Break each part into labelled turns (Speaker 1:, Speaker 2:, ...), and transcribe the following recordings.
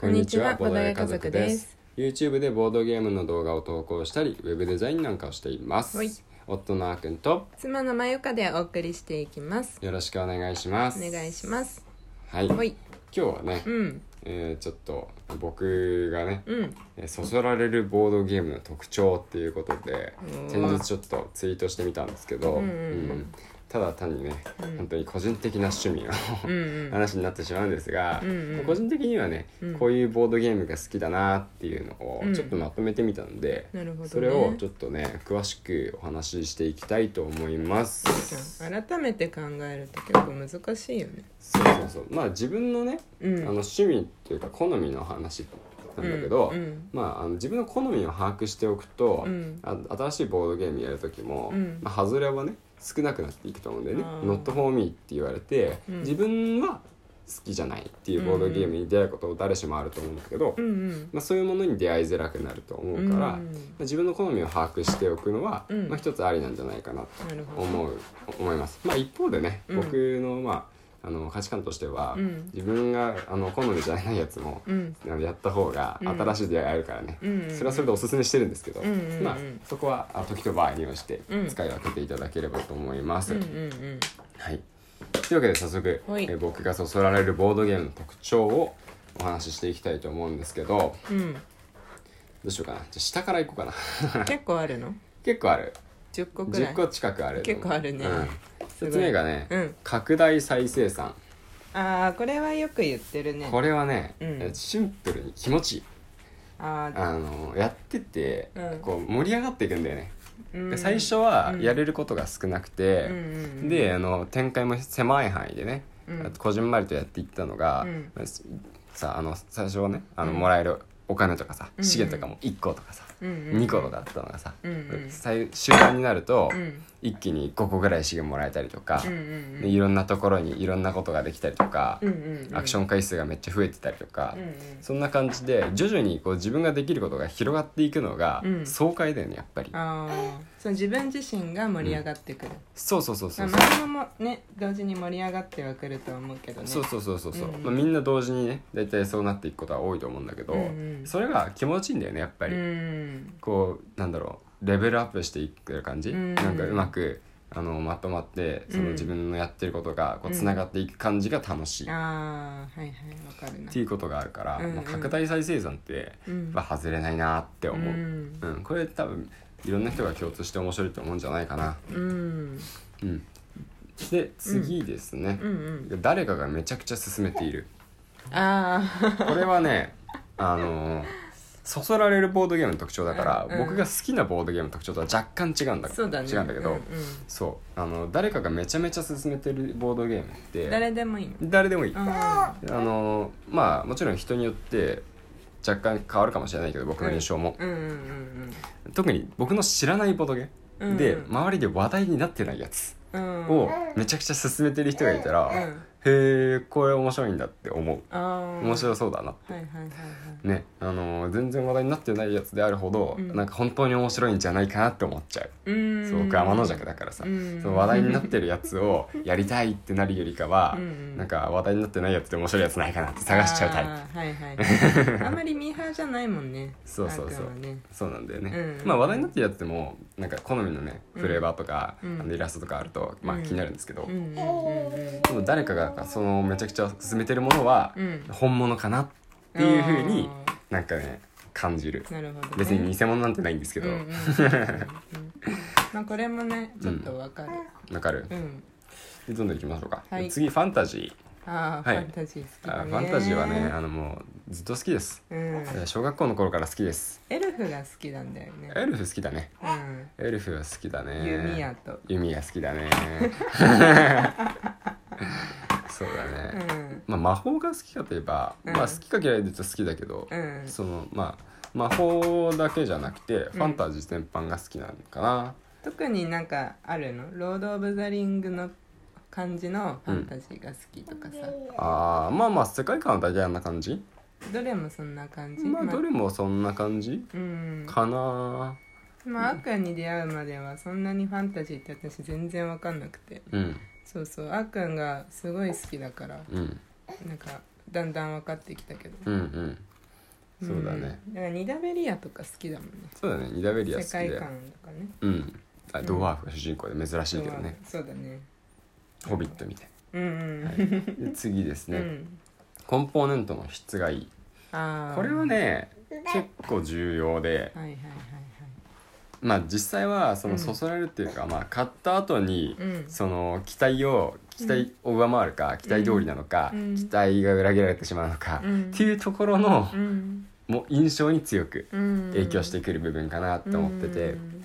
Speaker 1: こんにちはボードゲー家族です。
Speaker 2: YouTube でボードゲームの動画を投稿したり、ウェブデザインなんかをしています。
Speaker 1: はい
Speaker 2: 夫のあーくんと
Speaker 1: 妻のまゆかでお送りしていきます
Speaker 2: よろしくお願いします。
Speaker 1: お願いします
Speaker 2: はい。
Speaker 1: ほ
Speaker 2: 今
Speaker 1: い
Speaker 2: 日はね、
Speaker 1: うん
Speaker 2: えーちょっと僕がね、
Speaker 1: うん
Speaker 2: えーそそられるボードゲームの特徴っていうことで
Speaker 1: おー
Speaker 2: 先日ちょっとツイートしてみたんですけど、
Speaker 1: うんうんうん
Speaker 2: ただ単にね、本当に個人的な趣味の
Speaker 1: うんうん
Speaker 2: 話になってしまうんですが、
Speaker 1: うんうん
Speaker 2: 個人的にはね、
Speaker 1: うん
Speaker 2: こういうボードゲームが好きだなっていうのを
Speaker 1: うん
Speaker 2: ちょっとまとめてみたので、
Speaker 1: なるほどね
Speaker 2: それをちょっとね詳しくお話ししていきたいと思います。
Speaker 1: じゃあ改めて考えると結構難しいよね
Speaker 2: そうそうそうまあ自分のね、
Speaker 1: うん
Speaker 2: あの趣味というか好みの話なんだけど、
Speaker 1: うんうん
Speaker 2: まあ、あの自分の好みを把握しておくと、
Speaker 1: うん
Speaker 2: あ新しいボードゲームやる時も、
Speaker 1: うん
Speaker 2: まあ、ハズレはね少なくなっていくと思うんだよね
Speaker 1: あ
Speaker 2: 「
Speaker 1: ー
Speaker 2: not for me」って言われて、
Speaker 1: うん
Speaker 2: 自分は好きじゃないっていうボードゲームに出会うこと誰しもあると思うんだけど、
Speaker 1: うんうん
Speaker 2: まあ、そういうものに出会いづらくなると思うから、ま
Speaker 1: うん
Speaker 2: あ自分の好みを把握しておくのは、
Speaker 1: うん
Speaker 2: まあ、一つありなんじゃないかなと
Speaker 1: なるほど
Speaker 2: 思う思います。まあ、一方でね、
Speaker 1: うん
Speaker 2: 僕の,、まあ、あの価値観としては、
Speaker 1: うん
Speaker 2: 自分があの好みじゃないやつも、
Speaker 1: うん
Speaker 2: あのやった方が
Speaker 1: うん
Speaker 2: 新しい出会いあるからね、
Speaker 1: うんうんうん
Speaker 2: それはそれでおすすめしてるんですけど、
Speaker 1: うんうんうん
Speaker 2: まあ、そこはあ時と場合に応じて
Speaker 1: うん
Speaker 2: 使い分けていただければと思います。
Speaker 1: うんうん
Speaker 2: はい、というわけで早速、
Speaker 1: はい
Speaker 2: えー僕がそそられるボードゲームの特徴をお話ししていきたいと思うんですけどど
Speaker 1: うん うん
Speaker 2: うしようかなじゃあ下からいこうかな
Speaker 1: 結構あるの
Speaker 2: 結構ある
Speaker 1: 10個くらい
Speaker 2: 10個近くある
Speaker 1: 結構あるね
Speaker 2: うん
Speaker 1: すごい
Speaker 2: 一つ目がね、
Speaker 1: うん
Speaker 2: 拡大再生産
Speaker 1: ああこれはよく言ってるね
Speaker 2: これはね、
Speaker 1: うん
Speaker 2: えーシンプルに気持ちいい
Speaker 1: あー
Speaker 2: あのやってて、
Speaker 1: うん
Speaker 2: こう盛り上がっていくんだよね、
Speaker 1: うん
Speaker 2: で最初はやれることが少なくて、
Speaker 1: うんうんうん
Speaker 2: であの展開も狭い範囲でね、
Speaker 1: うん
Speaker 2: あとこじんまりとやっていったのが、
Speaker 1: うん
Speaker 2: さあの最初はねあの
Speaker 1: うん
Speaker 2: もらえるお金とかさ、
Speaker 1: うん
Speaker 2: 資源とかも1個とかさ、
Speaker 1: うんうんうん
Speaker 2: 2個とかだったのがさ、
Speaker 1: うんうん
Speaker 2: 最終盤になると、
Speaker 1: うん
Speaker 2: 一気に5個ぐらい資源もらえたりとか、
Speaker 1: うんうんうん
Speaker 2: でいろんなところにいろんなことができたりとか、
Speaker 1: うんうんうん
Speaker 2: アクション回数がめっちゃ増えてたりとか、
Speaker 1: うんうん
Speaker 2: そんな感じで徐々にこう自分ができることが広がっていくのが
Speaker 1: うん
Speaker 2: 爽快だよねやっぱり、
Speaker 1: ああその自分自身が盛り上がってくる、
Speaker 2: そうそうそうそうそう
Speaker 1: まあ周りもね同時に盛り上がってはくると思うけどね
Speaker 2: そうそうそうそうそう、
Speaker 1: うん
Speaker 2: まあ、みんな同時にね大体そうなっていくことは多いと思うんだけど、
Speaker 1: うんうん
Speaker 2: それが気持ちいいんだよねやっぱり、
Speaker 1: うん
Speaker 2: こうなんだろうレベルアップしていく感じ、
Speaker 1: うん
Speaker 2: なんかうまくあのまとまってその
Speaker 1: うん
Speaker 2: 自分のやってることがこうつながっていく感じが楽しい、っ
Speaker 1: ああはいはいわかるな
Speaker 2: ていうことがあるから、
Speaker 1: うんうん
Speaker 2: まあ、拡大再生産って、
Speaker 1: うん
Speaker 2: まあ、外れないなって思う、
Speaker 1: うん
Speaker 2: うん、これ多分いろんな人が共通して面白いと思うんじゃないかな、
Speaker 1: うん
Speaker 2: うん、で次ですね、
Speaker 1: うんうん
Speaker 2: 誰かがめちゃくちゃ進めている
Speaker 1: ああ
Speaker 2: これはねあのーそそられるボードゲームの特徴だから、
Speaker 1: うん
Speaker 2: 僕が好きなボードゲームの特徴とは若干違うんだ
Speaker 1: そうだね
Speaker 2: 違うんだけど、
Speaker 1: うんうん
Speaker 2: そうあの誰かがめちゃめちゃ進めてるボードゲームって
Speaker 1: 誰でもいいの
Speaker 2: 誰でもいい、あ
Speaker 1: あ
Speaker 2: のーまあもちろん人によって若干変わるかもしれないけど僕の印象も、
Speaker 1: ーうんうんうん
Speaker 2: 特に僕の知らないボトゲ、
Speaker 1: うんうん
Speaker 2: で周りで話題になってないやつ
Speaker 1: うんうん
Speaker 2: をめちゃくちゃ進めてる人がいたら、
Speaker 1: うん
Speaker 2: へえこれ面白いんだって思う
Speaker 1: ああ
Speaker 2: 面
Speaker 1: い
Speaker 2: 白そうだな、
Speaker 1: はいはいはいはい
Speaker 2: ねあのー全然話題になってないやつであるほど、
Speaker 1: うん
Speaker 2: なんか本当に面白いんじゃないかなって思っちゃう、
Speaker 1: うん
Speaker 2: そう僕天の弱だからさ、
Speaker 1: うん
Speaker 2: その話題になってるやつをやりたいってなるよりかは、
Speaker 1: うん
Speaker 2: なんか話題になってないやつで面白いやつないかなって探しちゃうタイプ
Speaker 1: あーはいはいあんまりミーハーじゃないもんね
Speaker 2: そうそうそう
Speaker 1: あーくんはね
Speaker 2: そうなんだよね、
Speaker 1: うん
Speaker 2: まあ話題になってるやつでもなんか好みのね
Speaker 1: うん
Speaker 2: フレーバーとか、
Speaker 1: うん
Speaker 2: あのイラストとかあると、まあ、
Speaker 1: うん
Speaker 2: 気になるんですけど、
Speaker 1: うんうんうんうん
Speaker 2: でも誰かがそのめちゃくちゃ勧めてるものは
Speaker 1: うん
Speaker 2: 本物かなっていうふうに
Speaker 1: あ
Speaker 2: なんかね感じる
Speaker 1: ーなるほど、ね、
Speaker 2: 別に偽物なんてないんですけ
Speaker 1: う
Speaker 2: ど
Speaker 1: んうんうんうん まあこれもねちょっとわかる
Speaker 2: わかる
Speaker 1: うん、
Speaker 2: でどんどんいきましょうか、
Speaker 1: はい
Speaker 2: 次ファンタジ
Speaker 1: ああ、
Speaker 2: はい
Speaker 1: ファンタジー好き
Speaker 2: ー
Speaker 1: だ
Speaker 2: あ
Speaker 1: ね
Speaker 2: ファンタジーはねあのもうずっと好きです
Speaker 1: うん
Speaker 2: えー小学校の頃から好きです
Speaker 1: エルフが好きなんだよね
Speaker 2: エルフ好きだね
Speaker 1: うん
Speaker 2: エルフは好きだね
Speaker 1: 弓矢と
Speaker 2: 弓矢好きだ ねそうだね、
Speaker 1: うん
Speaker 2: まあ、魔法が好きかといえば、
Speaker 1: うん
Speaker 2: まあ、好きか嫌いで言うと好きだけど、
Speaker 1: うん
Speaker 2: そのまあ魔法だけじゃなくて、ファンタジー全般が好きなのかな
Speaker 1: 特になんかあるのロード・オブ・ザ・リングの感じのファンタジーが好きとかさ、
Speaker 2: あーまあまあ世界観は大体あんな感じ
Speaker 1: どれもそんな感じ、
Speaker 2: まあ
Speaker 1: まあ
Speaker 2: どれもそんな感じ
Speaker 1: うん
Speaker 2: かな
Speaker 1: まあ、あーくんに出会うまではそんなにファンタジーって私全然わかんなくて
Speaker 2: うん
Speaker 1: そうそうあーくんがすごい好きだから
Speaker 2: うん
Speaker 1: なんかだんだん分かってきたけど、
Speaker 2: うんうんそうだね、
Speaker 1: ん、だからニダベリアとか好きだもんね
Speaker 2: そうだねニダベリア好
Speaker 1: 世
Speaker 2: きだ
Speaker 1: 界
Speaker 2: よ
Speaker 1: 観とかね
Speaker 2: うんあドワーフが主人公で珍しいけどね、
Speaker 1: そうだね
Speaker 2: ホビットみたい
Speaker 1: うんうん、
Speaker 2: はいなで次です
Speaker 1: う
Speaker 2: ね、
Speaker 1: ん
Speaker 2: コンポーネントの質がいい
Speaker 1: あー
Speaker 2: これはね結構重要で
Speaker 1: はいはいはい
Speaker 2: まあ実際はその
Speaker 1: うん
Speaker 2: そそられるっていうか、まあ買った後に
Speaker 1: はいうん
Speaker 2: その期待を期待を上回るか、期待通りなのか、
Speaker 1: うん
Speaker 2: 期待が裏切られてしまうのか、
Speaker 1: うん
Speaker 2: っていうところの
Speaker 1: うん
Speaker 2: もう印象に強く
Speaker 1: うん
Speaker 2: 影響してくる部分かなって思ってて
Speaker 1: う、ん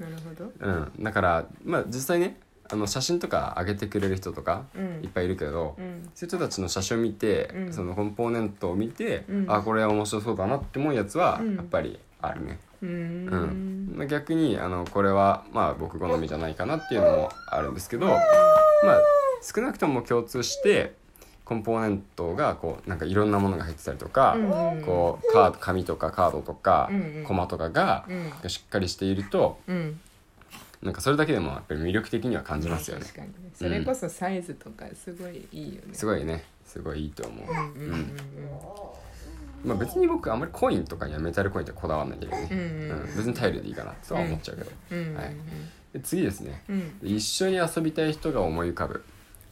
Speaker 1: なるほど
Speaker 2: うんだからまあ実際ねあの写真とか上げてくれる人とか
Speaker 1: う
Speaker 2: いっ
Speaker 1: ん
Speaker 2: ぱいいるけど、
Speaker 1: うん
Speaker 2: そういう人たちの写真を見て、
Speaker 1: うん
Speaker 2: そのコンポーネントを見て、
Speaker 1: うん
Speaker 2: あこれは面白そうだなって思うやつは
Speaker 1: うん
Speaker 2: やっぱりあるね、
Speaker 1: う
Speaker 2: うん
Speaker 1: ん
Speaker 2: まあ逆にあのこれはまあ僕好みじゃないかなっていうのもあるんですけど、まあ、少なくとも共通してコンポーネントがこうなんかいろんなものが入ってたりとか、
Speaker 1: うん
Speaker 2: こうカード紙とかカードとか、
Speaker 1: うんうん
Speaker 2: コマとかが
Speaker 1: うん
Speaker 2: しっかりしていると
Speaker 1: うん
Speaker 2: なんかそれだけでもやっぱり魅力的には感じますよね
Speaker 1: 確かにねそれこそサイズとかすごいいいよね
Speaker 2: すごいねすごいいいと思う、
Speaker 1: うんうん
Speaker 2: まあ、別に僕あんまりコインとかにはメタルコインってこだわらないけどね、
Speaker 1: うんうんうん
Speaker 2: 別にタイルでいいかなとは思っちゃうけど、
Speaker 1: うんうん
Speaker 2: はいで次ですね
Speaker 1: うん
Speaker 2: 一緒に遊びたい人が思い浮かぶ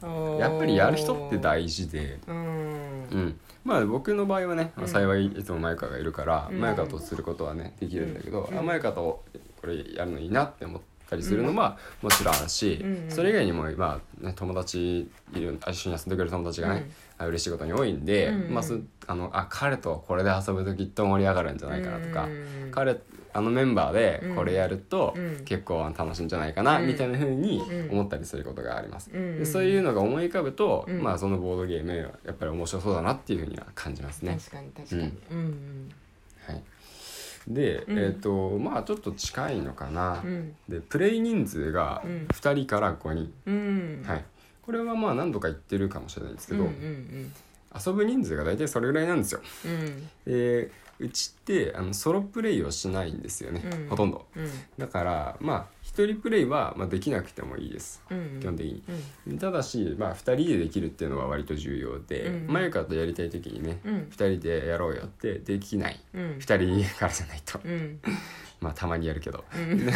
Speaker 1: うん
Speaker 2: やっぱりやる人って大事で
Speaker 1: うん
Speaker 2: うんまあ僕の場合はね、まあ
Speaker 1: うん
Speaker 2: 幸いいつもマユカがいるから、
Speaker 1: うん
Speaker 2: マユカとすることはねできるんだけど、
Speaker 1: うん
Speaker 2: あマユカとこれやるのいいなって思ったりするのはもちろんあるし、
Speaker 1: うん
Speaker 2: それ以外にもまあ、ね、友達いる一緒に遊んでくれる友達がね、あ嬉しいことに多いんで、
Speaker 1: うん
Speaker 2: まあ、すあのあ彼とこれで遊ぶときっと盛り上がるんじゃないかなとか、
Speaker 1: うん
Speaker 2: 彼あのメンバーでこれやると
Speaker 1: うん
Speaker 2: 結構楽しいんじゃないかな、
Speaker 1: うん
Speaker 2: みたいな風に
Speaker 1: うん
Speaker 2: 思ったりすることがあります。
Speaker 1: うん
Speaker 2: でそういうのが思い浮かぶと、
Speaker 1: うん
Speaker 2: まあそのボードゲームやっぱり面白そうだなっていうふうには感じますね。
Speaker 1: 確かに確かにうん
Speaker 2: はい、で、
Speaker 1: うん
Speaker 2: えっ、とまあちょっと近いのかな。
Speaker 1: うん
Speaker 2: でプレイ人数が
Speaker 1: うん
Speaker 2: 2人から5人、
Speaker 1: うん
Speaker 2: はい、これはまあ何度か言ってるかもしれないですけど、
Speaker 1: うんうん
Speaker 2: 遊ぶ人数が大体それぐらいなんですよ。
Speaker 1: うんうん
Speaker 2: でうちってあのソロプレイをしないんですよね、
Speaker 1: うん
Speaker 2: ほとんど。
Speaker 1: うん
Speaker 2: だからまあ1人プレイは、まあ、できなくてもいいです、
Speaker 1: うん
Speaker 2: 基本的に。
Speaker 1: うん
Speaker 2: ただし、まあ、2人でできるっていうのは割と重要で、
Speaker 1: うん
Speaker 2: マユカとやりたい時にね、
Speaker 1: うん
Speaker 2: 2人でやろうよってできない
Speaker 1: うん
Speaker 2: 2人からじゃないと、
Speaker 1: うん
Speaker 2: まあたまにやるけど、
Speaker 1: うん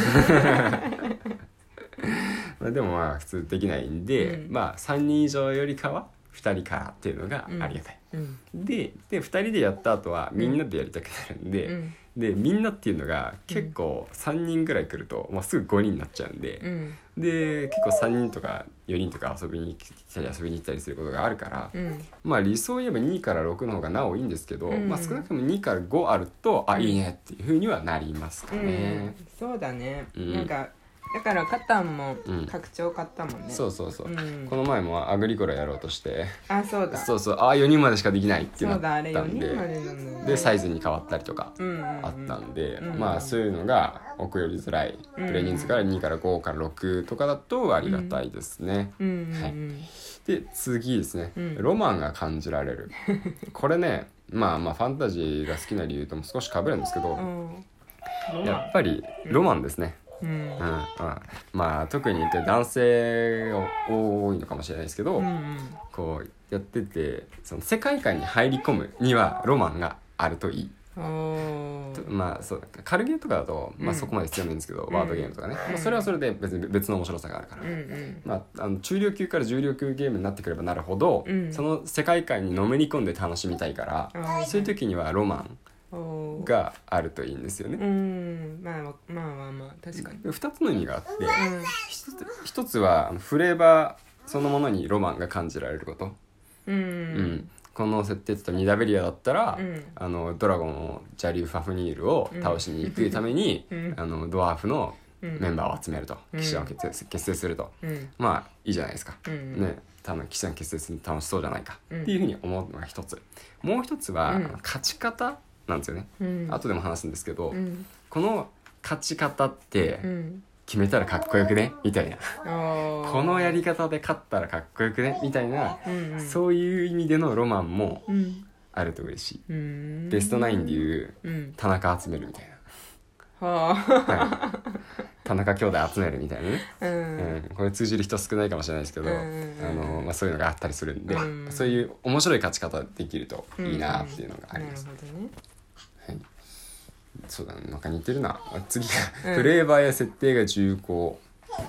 Speaker 2: まあ、でもまあ普通できないんで、
Speaker 1: うん
Speaker 2: まあ3人以上よりかは2人からっていうのがありがたい、
Speaker 1: うん
Speaker 2: でで2人でやった後はみんなでやりたくなるんで、
Speaker 1: うん
Speaker 2: でみんなっていうのが結構3人ぐらい来ると、まあ、すぐ5人になっちゃうんで、
Speaker 1: うん
Speaker 2: で結構3人とか4人とか遊びに来たり遊びに行ったりすることがあるから、
Speaker 1: うん
Speaker 2: まあ理想を言えば2から6の方がなおいいんですけど、
Speaker 1: うん
Speaker 2: まあ、少なくとも2から5あるとあいいねっていうふうにはなりますかね。
Speaker 1: そうだね、
Speaker 2: うん
Speaker 1: なんかだからカタンも
Speaker 2: うん
Speaker 1: 拡張買ったもんね、
Speaker 2: そうそうそう、
Speaker 1: うん
Speaker 2: この前もアグリコラやろうとして
Speaker 1: あそうだ
Speaker 2: そうそうああ4人までしかできないって
Speaker 1: そ
Speaker 2: な
Speaker 1: う
Speaker 2: っ
Speaker 1: だあれ
Speaker 2: た
Speaker 1: 4
Speaker 2: んで
Speaker 1: 人までなんだよね
Speaker 2: でサイズに変わったりとか
Speaker 1: うんうんうん
Speaker 2: あったんで、
Speaker 1: うん
Speaker 2: まあそういうのが奥よりづらい、
Speaker 1: うん
Speaker 2: プレイ人数から2から5から6とかだとありがたいですね、
Speaker 1: うんうん
Speaker 2: で次ですね、
Speaker 1: うん
Speaker 2: ロマンが感じられるこれねまあまあファンタジーが好きな理由とも少し被るんですけど、
Speaker 1: うん
Speaker 2: やっぱりロマンですね、
Speaker 1: う
Speaker 2: う
Speaker 1: ん
Speaker 2: んうんまあ特に言って男性が多いのかもしれないですけど、
Speaker 1: うんうん
Speaker 2: こうやっててその世界観に入り込むにはロマンがあるといい、
Speaker 1: お
Speaker 2: と
Speaker 1: ー
Speaker 2: まあそう軽ゲーとかだと、まあ、
Speaker 1: うん
Speaker 2: そこまで必要ないんですけど、
Speaker 1: うん
Speaker 2: ワードゲームとかね、まあ、それはそれで別に別の面白さがあるから、
Speaker 1: うんうん
Speaker 2: まあ、あの中量級から重量級ゲームになってくればなるほど、
Speaker 1: うん
Speaker 2: その世界観にのめり込んで楽しみたいから、
Speaker 1: あー
Speaker 2: そういう時にはロマ
Speaker 1: お
Speaker 2: ン
Speaker 1: ー
Speaker 2: があるといいんですよね。
Speaker 1: うんまあまあまあまあ確かに
Speaker 2: で2つの意味があって
Speaker 1: うん
Speaker 2: 一つ一つはあのフレーバーそのものにロマンが感じられること、
Speaker 1: う
Speaker 2: うんんこの設定って言ったらニダベリアだったら、
Speaker 1: うん
Speaker 2: あのドラゴンをジャリュー・ファフニールを倒しに行くために、
Speaker 1: うん
Speaker 2: あのドワーフの
Speaker 1: うん
Speaker 2: メンバーを集めると、
Speaker 1: うん
Speaker 2: 騎士団を結成結成すると、
Speaker 1: うん
Speaker 2: まあいいじゃないですか、
Speaker 1: うん
Speaker 2: ね多分騎士団結成するの楽しそうじゃないか、
Speaker 1: うん
Speaker 2: っていうふうに思うのが一つもう一つは、
Speaker 1: うん
Speaker 2: あの勝ち方なんですよね、
Speaker 1: うん
Speaker 2: 後でも話すんですけど、
Speaker 1: うん
Speaker 2: この勝ち方って
Speaker 1: うん
Speaker 2: 決めたらかっこよくねみたいな
Speaker 1: おー
Speaker 2: このやり方で勝ったらかっこよくねみたいな、
Speaker 1: うんうん
Speaker 2: そういう意味でのロマンも
Speaker 1: うん
Speaker 2: あると嬉しい、
Speaker 1: うん
Speaker 2: ベストナインでいう
Speaker 1: うん
Speaker 2: 田中集めるみたいな、
Speaker 1: はあ
Speaker 2: はい田中兄弟集めるみたいなね、
Speaker 1: う
Speaker 2: うん
Speaker 1: ん
Speaker 2: これ通じる人少ないかもしれないですけど、
Speaker 1: うんうんうん
Speaker 2: あのまあ、そういうのがあったりするんで、
Speaker 1: うん
Speaker 2: そういう面白い勝ち方できるといいなっていうのがあります、
Speaker 1: なるほどね
Speaker 2: はい、そうだななんか似てるなあ次が、
Speaker 1: うん
Speaker 2: フレーバーや設定が重厚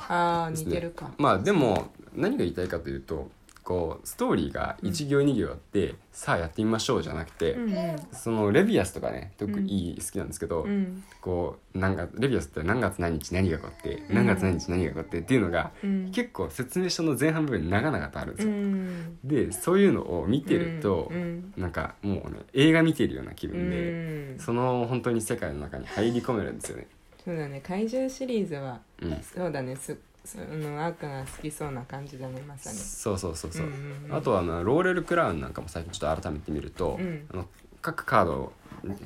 Speaker 1: ああ
Speaker 2: です
Speaker 1: 似
Speaker 2: ね
Speaker 1: てるか
Speaker 2: まあでも何が言いたいかというとこうストーリーが1行2行あって、さあやってみましょうじゃなくて、
Speaker 1: うん
Speaker 2: そのレビアスとかね特
Speaker 1: うん
Speaker 2: にいい好きなんですけど、
Speaker 1: うん
Speaker 2: こう何月レビアスって何月何日何が起こって何月何日何が起こってっていうのが、
Speaker 1: うん
Speaker 2: 結構説明書の前半部分に長々とあるんで
Speaker 1: う
Speaker 2: すよ。
Speaker 1: ん
Speaker 2: でそういうのを見てると、
Speaker 1: うん
Speaker 2: なんかもうね映画見てるような気
Speaker 1: う
Speaker 2: 分で、
Speaker 1: ん
Speaker 2: その本当に世界の中に入り込めるんですよね。
Speaker 1: そうだね怪獣シリーズは
Speaker 2: うん、
Speaker 1: そうだねすその赤が好きそうな感じだねまさに
Speaker 2: そうそうそうそう、
Speaker 1: うんうんうん
Speaker 2: あとはあのローレル・クラウンなんかも最近ちょっと改めて見ると、
Speaker 1: うん
Speaker 2: あの各カード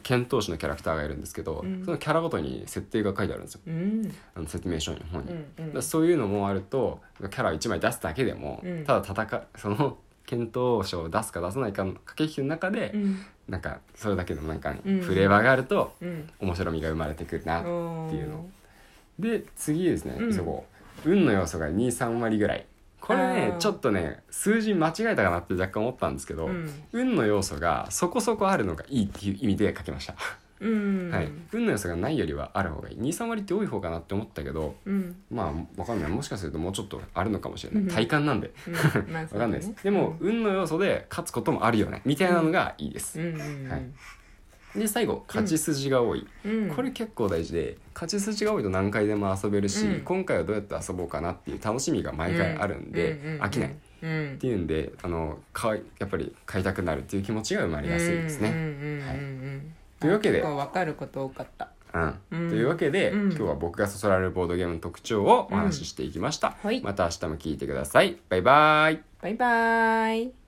Speaker 2: 剣闘士のキャラクターがいるんですけど、
Speaker 1: うん
Speaker 2: そのキャラごとに設定が書いてあるんですよ
Speaker 1: うん
Speaker 2: あの説明書の方に。だ
Speaker 1: う
Speaker 2: か
Speaker 1: んうん
Speaker 2: らそういうのもあるとキャラを1枚出すだけでも、
Speaker 1: うん
Speaker 2: ただ戦 うその剣闘士を出すか出さないかの駆け引きの中で、
Speaker 1: うん
Speaker 2: なんかそれだけでもなんか
Speaker 1: うん
Speaker 2: フレーバーがあると
Speaker 1: うん
Speaker 2: 面白みが生まれてくるなってっていうので次ですね、
Speaker 1: うん
Speaker 2: そこ運の要素が23割ぐらいこれね
Speaker 1: あー
Speaker 2: ちょっとね数字間違えたかなって若干思ったんですけど、
Speaker 1: おーうん
Speaker 2: 運の要素がそこそこあるのがいいっていう意味で書きました、
Speaker 1: うん
Speaker 2: はい、運の要素がないよりはある方がいい23割って多い方かなって思ったけど
Speaker 1: うん
Speaker 2: まあわかんないもしかするともうちょっとあるのかもしれない、
Speaker 1: うん
Speaker 2: 体感なんで
Speaker 1: うんまあ
Speaker 2: わかんないです、
Speaker 1: そうだね
Speaker 2: でも、運の要素で勝つこともあるよねみたいなのがいいです、
Speaker 1: うんうん
Speaker 2: はいで最後勝ち筋が多い、
Speaker 1: うん
Speaker 2: これ結構大事で勝ち筋が多いと何回でも遊べるし、
Speaker 1: うん
Speaker 2: 今回はどうやって遊ぼうかなっていう楽しみが毎回あるんで、
Speaker 1: ううう
Speaker 2: 飽きないっ
Speaker 1: うん
Speaker 2: ていうんであのかやっぱり買いたくなるっていう気持ちが生まれやすいです
Speaker 1: うん
Speaker 2: ね。
Speaker 1: うんうんうん
Speaker 2: はい
Speaker 1: うん
Speaker 2: というわけで
Speaker 1: あ結構わかること多かった
Speaker 2: うん
Speaker 1: うん
Speaker 2: というわけで、
Speaker 1: うん
Speaker 2: 今日は僕がそそられるボードゲームの特徴をお話ししていきました、
Speaker 1: うんはい
Speaker 2: また明日も聞いてくださいバイバイ
Speaker 1: バイバーイ